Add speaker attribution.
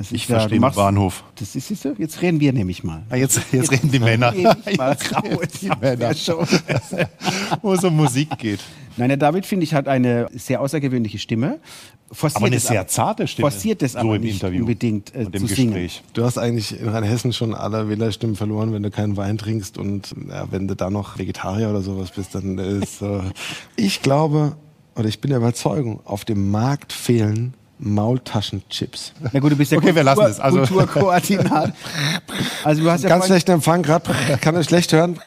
Speaker 1: Das
Speaker 2: Ich
Speaker 1: ist ja-
Speaker 2: verstehe
Speaker 1: du
Speaker 2: den
Speaker 1: machst-
Speaker 2: Bahnhof.
Speaker 1: Das ist, siehst du, jetzt reden wir nämlich mal.
Speaker 2: Ah, jetzt, jetzt, reden die Männer.
Speaker 1: Jetzt mal
Speaker 2: Graue die
Speaker 1: Ja,
Speaker 2: Männer.
Speaker 1: der Show.
Speaker 2: Wo es um Musik geht.
Speaker 1: Nein, der David, finde ich, hat eine sehr außergewöhnliche Stimme. Forciert
Speaker 2: Aber eine
Speaker 1: es
Speaker 2: sehr zarte Stimme.
Speaker 1: Forciert es
Speaker 2: so
Speaker 1: aber
Speaker 2: im
Speaker 1: nicht
Speaker 2: Interview
Speaker 1: unbedingt äh,
Speaker 2: und im
Speaker 1: zu singen.
Speaker 2: Gespräch.
Speaker 3: Du hast eigentlich in Rheinhessen schon alle Wählerstimmen verloren, wenn du keinen Wein trinkst und ja, wenn du da noch Vegetarier oder sowas bist, dann ist äh, ich glaube oder ich bin der Überzeugung, auf dem Markt fehlen Maultaschenchips.
Speaker 1: Na gut, du bist ja
Speaker 2: Okay, wir lassen
Speaker 1: Kultur-
Speaker 2: es. Also-
Speaker 1: Kulturkoordinat. Also du hast ja
Speaker 3: Ganz
Speaker 1: vorhin-
Speaker 3: schlechter Empfang gerade, kann er schlecht hören.